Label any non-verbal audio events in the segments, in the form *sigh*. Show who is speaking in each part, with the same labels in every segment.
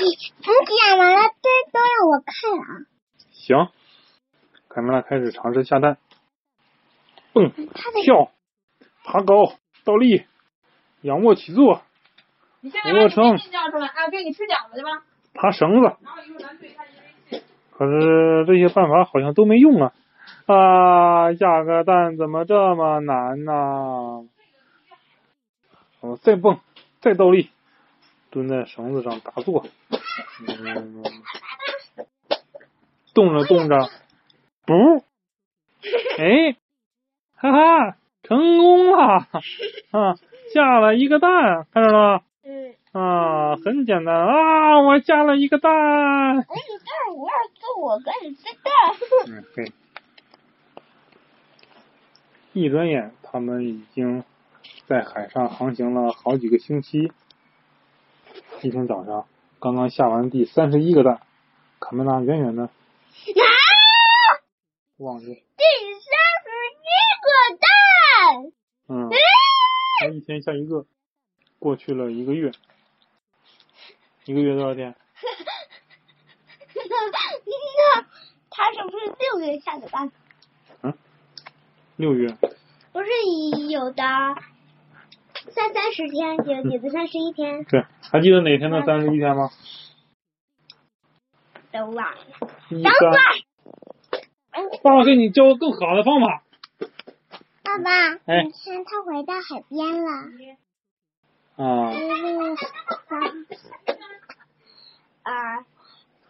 Speaker 1: 你讲完了，这都让我看了啊！
Speaker 2: 行，凯梅拉开始尝试下蛋，蹦、
Speaker 1: 他的
Speaker 2: 跳、爬高、倒立、仰卧起坐、
Speaker 3: 你现在
Speaker 2: 俯卧
Speaker 3: 把你
Speaker 2: 撑
Speaker 3: 弟弟叫出来，啊，给你吃饺子去吧。
Speaker 2: 爬绳子。
Speaker 3: 然后一会儿咱对他一人一次。
Speaker 2: 可是这些办法好像都没用啊！啊，下个蛋怎么这么难呢、我再蹦，再倒立，蹲在绳子上打坐，嗯，动着动着，不，哎，哈哈，成功了！啊，下了一个蛋，看着了吗？
Speaker 1: 嗯，
Speaker 2: 啊，很简单啊，我下了一个蛋。
Speaker 1: 我你这儿你要做我跟你这个，
Speaker 2: 嗯，对。一转眼，他们已经在海上航行了好几个星期。一天早上，刚刚下完第三十一个蛋，卡梅拉远远
Speaker 1: *laughs*
Speaker 2: 的
Speaker 1: 啊，
Speaker 2: 望着，
Speaker 1: 第三十一个蛋，
Speaker 2: 嗯，才一天下一个，过去了一个月，一个月多少天？
Speaker 1: 那那他是不是六月下的蛋？
Speaker 2: 六月，
Speaker 1: 不是有的三三十天，有有的三十一天
Speaker 2: 对，还记得哪天的三十一天吗？
Speaker 1: 都忘了。
Speaker 2: 一
Speaker 1: 等会
Speaker 2: 三，
Speaker 1: 儿，哎
Speaker 2: 爸爸给你教个更好的方法。
Speaker 1: 爸爸，
Speaker 2: 哎
Speaker 1: 你看他回到海边了。
Speaker 2: 啊、
Speaker 1: 嗯，啊，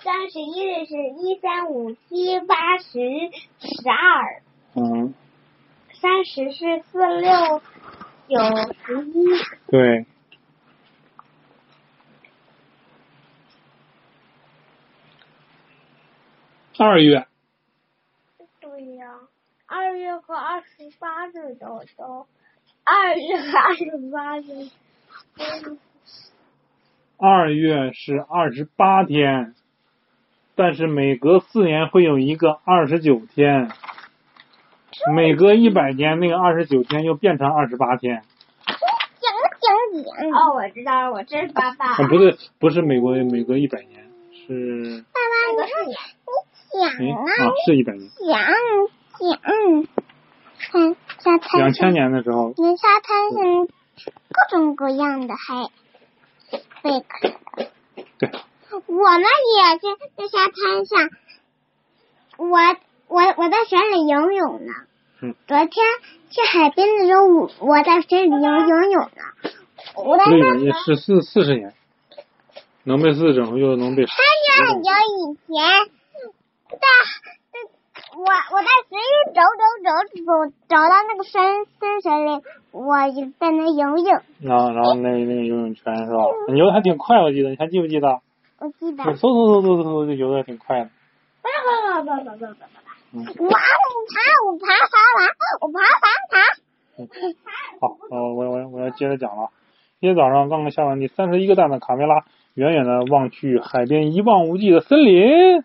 Speaker 1: 三十一是一三五七八十十二，
Speaker 2: 嗯，
Speaker 1: 三十是四六九十一。
Speaker 2: 对，二月，
Speaker 1: 对呀、二月和二十八日都都，二月和二十八日都
Speaker 2: 二月是二十八天，但是每隔四年会有一个二十九天，每隔一百年那个二十九天又变成二十八天。
Speaker 1: 讲讲讲。哦，我知道了，我这是爸爸。
Speaker 2: 啊，不对，不是每国每隔一百年，是
Speaker 1: 爸爸，你看
Speaker 2: 哎
Speaker 1: 你讲
Speaker 2: 啊
Speaker 1: 啊，
Speaker 2: 是一百年，
Speaker 1: 讲讲，看沙滩
Speaker 2: 两千
Speaker 1: 上，
Speaker 2: 年的时候，
Speaker 1: 那沙滩上各种各样的海贝壳。
Speaker 2: 对，
Speaker 1: 我们也是在沙滩上，我我我在水里游泳呢。
Speaker 2: 嗯
Speaker 1: 昨天去海边的时候，我我在水里游游泳呢。我在
Speaker 2: 那
Speaker 1: 那
Speaker 2: 个也是四四十年，能被四整又能被十
Speaker 1: 还有很久以前，在我我在水里走走走走走到那个深深水里，我就在那游泳。
Speaker 2: 然后，然后那那个游泳圈是吧？你游的还挺快，我记得，你还记不记得？
Speaker 1: 我记得
Speaker 2: 我嗖，嗖嗖嗖嗖嗖就游的挺快的。
Speaker 1: 我爬我爬爬爬，我爬爬爬。
Speaker 2: 好，呃我我我我要接着讲了。今天早上刚刚下完第三十一个蛋的卡梅拉，远远的望去，海边一望无际的森林。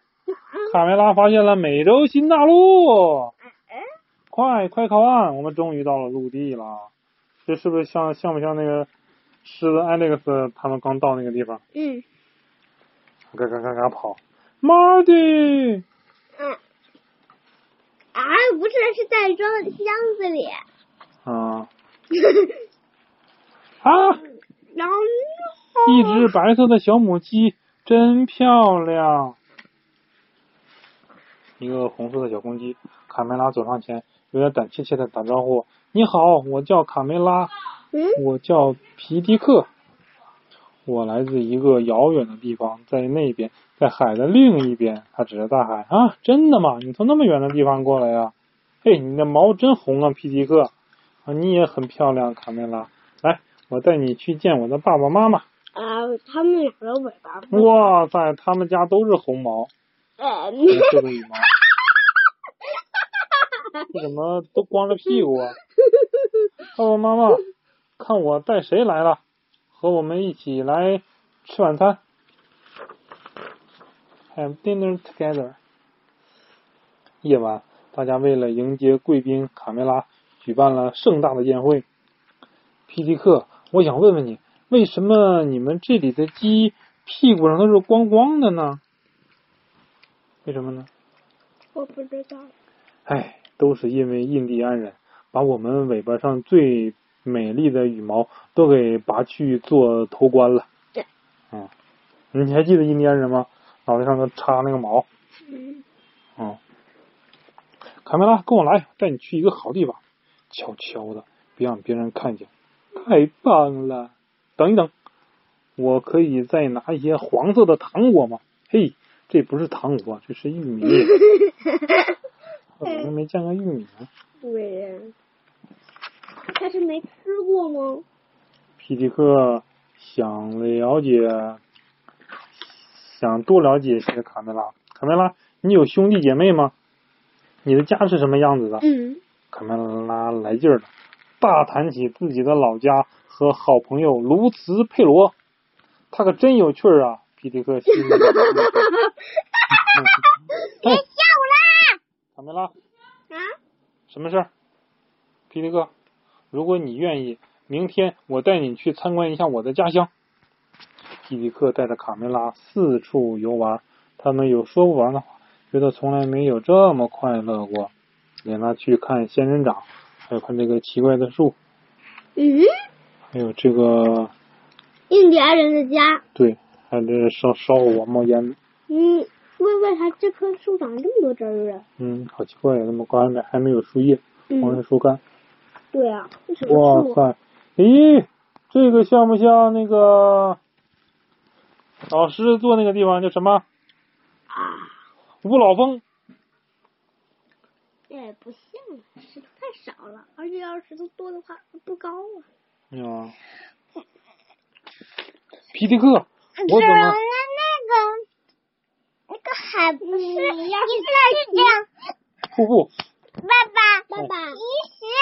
Speaker 2: 卡梅拉发现了美洲新大陆，快快靠岸！我们终于到了陆地了。这是不是像像不像那个狮子艾利克斯他们刚到那个地方？
Speaker 1: 嗯
Speaker 2: 嘎嘎嘎嘎跑，妈的！
Speaker 1: 嗯。啊，不是，是在装箱子里，
Speaker 2: 啊啊！
Speaker 1: 然后
Speaker 2: 一只白色的小母鸡，真漂亮。一个红色的小公鸡，卡梅拉走上前，有点胆怯怯的打招呼：“你好，我叫卡梅拉，
Speaker 1: 嗯，
Speaker 2: 我叫皮迪克，我来自一个遥远的地方，在那边，在海的另一边。”他指着大海：“啊，真的吗？你从那么远的地方过来呀、嘿，你的毛真红啊，皮迪克！啊，你也很漂亮，卡梅拉。来，我带你去见我的爸爸妈妈。”
Speaker 1: 啊，他们两个尾巴，
Speaker 2: *laughs* 哇塞，他们家都是红毛，
Speaker 1: 呃，
Speaker 2: *laughs* 都是个羽毛。为什么都光着屁股啊？爸爸妈妈，看我带谁来了，和我们一起来吃晚餐。Have dinner together。夜晚，大家为了迎接贵宾卡梅拉，举办了盛大的宴会。皮迪克，我想问问你，为什么你们这里的鸡屁股上都是光光的呢？为什么呢？
Speaker 1: 我不知道。
Speaker 2: 唉，都是因为印第安人把我们尾巴上最美丽的羽毛都给拔去做头冠了。
Speaker 1: 对。
Speaker 2: 嗯，你还记得印第安人吗？脑袋上头插那个毛。
Speaker 1: 嗯，
Speaker 2: 嗯，卡梅拉，跟我来，带你去一个好地方，悄悄的，别让别人看见。太棒了！等一等，我可以再拿一些黄色的糖果吗？嘿，这不是糖果，这是玉米。我怎么没见过玉米呢？
Speaker 1: 对呀。他是没吃过吗？
Speaker 2: 皮迪克想了解，想多了解一些卡梅拉。卡梅拉，你有兄弟姐妹吗？你的家是什么样子的？
Speaker 1: 嗯，
Speaker 2: 卡梅拉来劲儿了，大谈起自己的老家和好朋友卢茨佩罗，他可真有趣儿啊！皮迪克心里
Speaker 1: 别
Speaker 2: 哎，
Speaker 1: 笑
Speaker 2: 卡梅拉，
Speaker 1: 啦！啊，
Speaker 2: 什么事儿？皮迪克，如果你愿意，明天我带你去参观一下我的家乡。皮迪克带着卡梅拉四处游玩，他们有说不完的话，觉得从来没有这么快乐过。领他去看仙人掌，还有看这个奇怪的树，
Speaker 1: 嗯，
Speaker 2: 还有这个
Speaker 1: 印第安人的家。
Speaker 2: 对，还有这个烧烧火冒烟的，
Speaker 1: 嗯，问问他这棵树长这么多枝儿啊？
Speaker 2: 嗯，好奇怪，那么高还没还没有树叶，光是
Speaker 1: 嗯，
Speaker 2: 树干。
Speaker 1: 对啊，这什
Speaker 2: 哇
Speaker 1: 么树啊？
Speaker 2: 塞，咦，这个像不像那个老师坐那个地方叫什么
Speaker 1: 啊，
Speaker 2: 五老峰？
Speaker 1: 这也不像啊，石头太少了，而且要是石头多的话不高啊。
Speaker 2: 哎呀，皮迪克，我怎
Speaker 1: 那
Speaker 2: 么
Speaker 1: 那个那个还不是，你要是这样，
Speaker 2: 瀑布？
Speaker 1: 爸爸爸啊爸，其实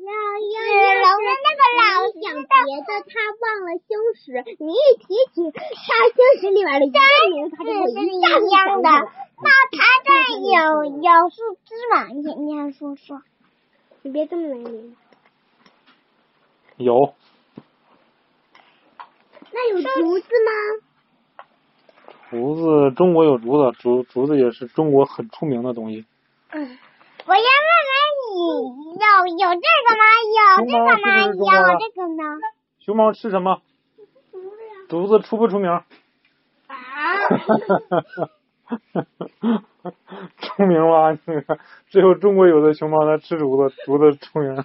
Speaker 1: 呃老要龙的那个老师讲别的，他忘了星矢，你一提起他星矢里边的一个名，他就会一下子想起来。那他这有有树枝嘛？你你还说说，你别这么来理。
Speaker 2: 有
Speaker 1: 那有竹子吗？
Speaker 2: 竹子，中国有竹子，竹竹子也是中国很出名的东西。
Speaker 1: 我要问问你，有有这个吗？
Speaker 2: 有这个吗有这
Speaker 1: 个吗？
Speaker 2: 熊猫吃什么？竹啊子出不出名？ *laughs*
Speaker 1: 啊
Speaker 2: 出名吗？这个只有中国有的熊猫它吃竹子，竹子出名。
Speaker 1: 我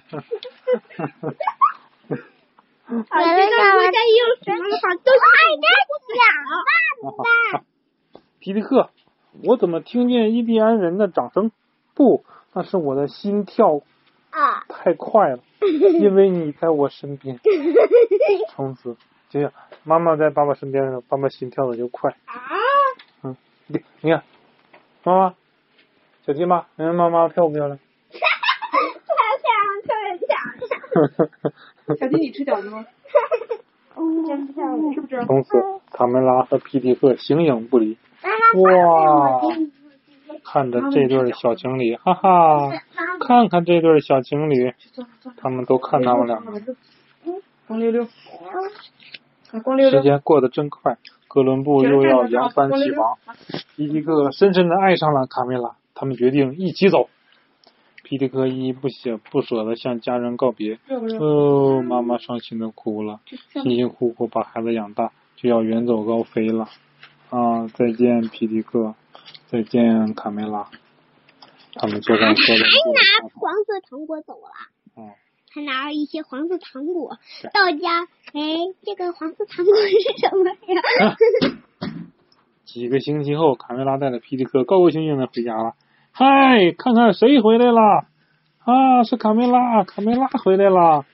Speaker 1: 们啊国家也有什么的话，都是我爱讲爸爸。
Speaker 2: *laughs* 皮迪克，我怎么听见印第安人的掌声？不，那是我的心跳
Speaker 1: 啊，
Speaker 2: 太快了，因为你在我身边。 *laughs* 从此，就像妈妈在爸爸身边的时候，爸爸心跳的就快。嗯，你你看，妈妈，小鸡妈，你看妈妈漂不漂亮？
Speaker 3: 小弟，你吃饺子吗？真漂亮，是不是？
Speaker 2: 从此，卡梅拉和皮迪克形影不离。
Speaker 1: 哇
Speaker 2: 哇！看着这对小情侣，哈哈，看看这对小情侣，他们都看他们俩。
Speaker 3: 嗯光溜溜，啊光溜
Speaker 2: 时
Speaker 3: 溜，
Speaker 2: 间过得真快，哥伦布又要扬帆起航。皮迪克深深的爱上了卡梅拉，他们决定一起走。皮迪克依依不舍不舍的向家人告别，
Speaker 3: 热不热？
Speaker 2: 哦，妈妈伤心的哭了，
Speaker 1: 嗯
Speaker 2: 辛辛苦苦把孩子养大，就要远走高飞了。啊，再见，皮迪克，再见，卡梅拉。他们坐上哥伦布的
Speaker 1: 拿
Speaker 2: 小船
Speaker 1: 哎黄色糖果走了，
Speaker 2: 嗯，
Speaker 1: 还拿了一些黄色糖果
Speaker 2: 对
Speaker 1: 到家。哎，这个黄色糖果是什么 *laughs* 呀？
Speaker 2: 啊 *laughs* 几个星期后，卡梅拉带着皮迪克高高兴兴的回家了。嗨，看看谁回来了！啊，是卡梅拉，卡梅拉回来了。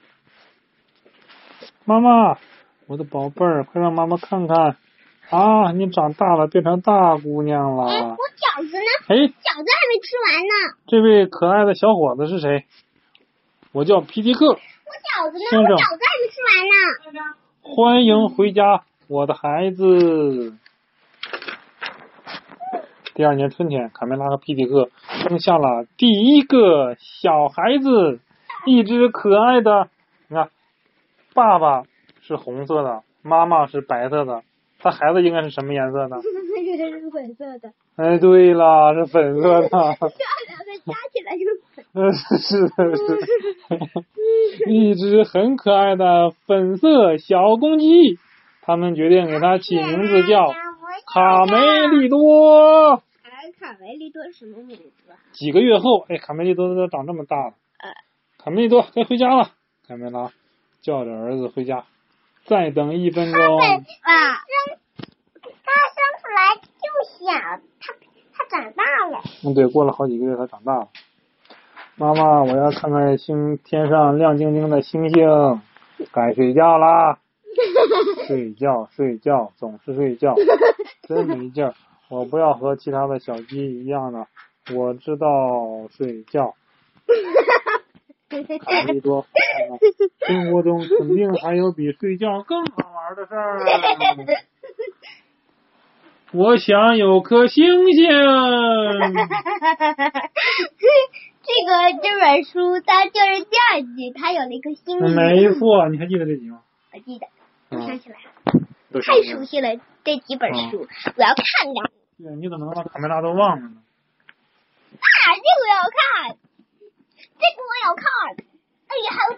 Speaker 2: 妈妈，我的宝贝儿，快让妈妈看看啊！你长大了，变成大姑娘
Speaker 1: 哎，
Speaker 2: 了
Speaker 1: 我。饺子呢？
Speaker 2: 哎，
Speaker 1: 饺子还没吃完呢。
Speaker 2: 这位可爱的小伙子是谁？我叫皮迪克，
Speaker 1: 我饺子呢？
Speaker 2: 先
Speaker 1: 我
Speaker 2: 生
Speaker 1: 饺子还没吃完呢。
Speaker 2: 欢迎回家，我的孩子。第二年春天，卡梅拉和皮迪克生下了第一个小孩子，一只可爱的。你看，爸爸是红色的，妈妈是白色的，他孩子应该是什么颜色的？
Speaker 1: *laughs* 这个是粉色 *laughs* 的，
Speaker 2: 哎，对了，是粉色的。
Speaker 1: 这两个加起来就是粉。
Speaker 2: 嗯， *laughs* 是是的，是 *laughs* 一只很可爱的粉色小公鸡，他们决定给它起名字叫卡梅利多。
Speaker 1: 哎，卡梅利多什么名字啊？
Speaker 2: 几个月后，哎，卡梅利多都长这么大了，卡梅利多该回家了。卡梅拉叫着儿子回家，再等一分钟，
Speaker 3: 啊，生他生出来就小，他他长大
Speaker 1: *laughs*
Speaker 3: 了，
Speaker 2: 嗯，对，过了好几个月，他长大了。妈妈，我要看看星天上亮晶晶的星星，该睡
Speaker 1: *laughs*
Speaker 2: 觉啦。睡觉，睡觉，总是
Speaker 1: *laughs*
Speaker 2: 睡觉，真没劲儿。我不要和其他的小鸡一样的，我知道睡觉。卡梅利多，啊生活中肯定还有比睡觉更好玩的事儿。啊我想有颗星
Speaker 1: *laughs*
Speaker 2: 星。
Speaker 1: 这个这本书它就是第二季，它有了一个星星。
Speaker 2: 嗯没错，你还记得这集吗？
Speaker 1: 我记得，我想
Speaker 2: 嗯，
Speaker 1: 起来了，
Speaker 2: 都是
Speaker 1: 太熟悉了这几本书，我要看的。
Speaker 2: 对，你怎么能把卡梅拉都忘了呢？
Speaker 1: 啊，这个我要看，这个我要看。哎呀，还有。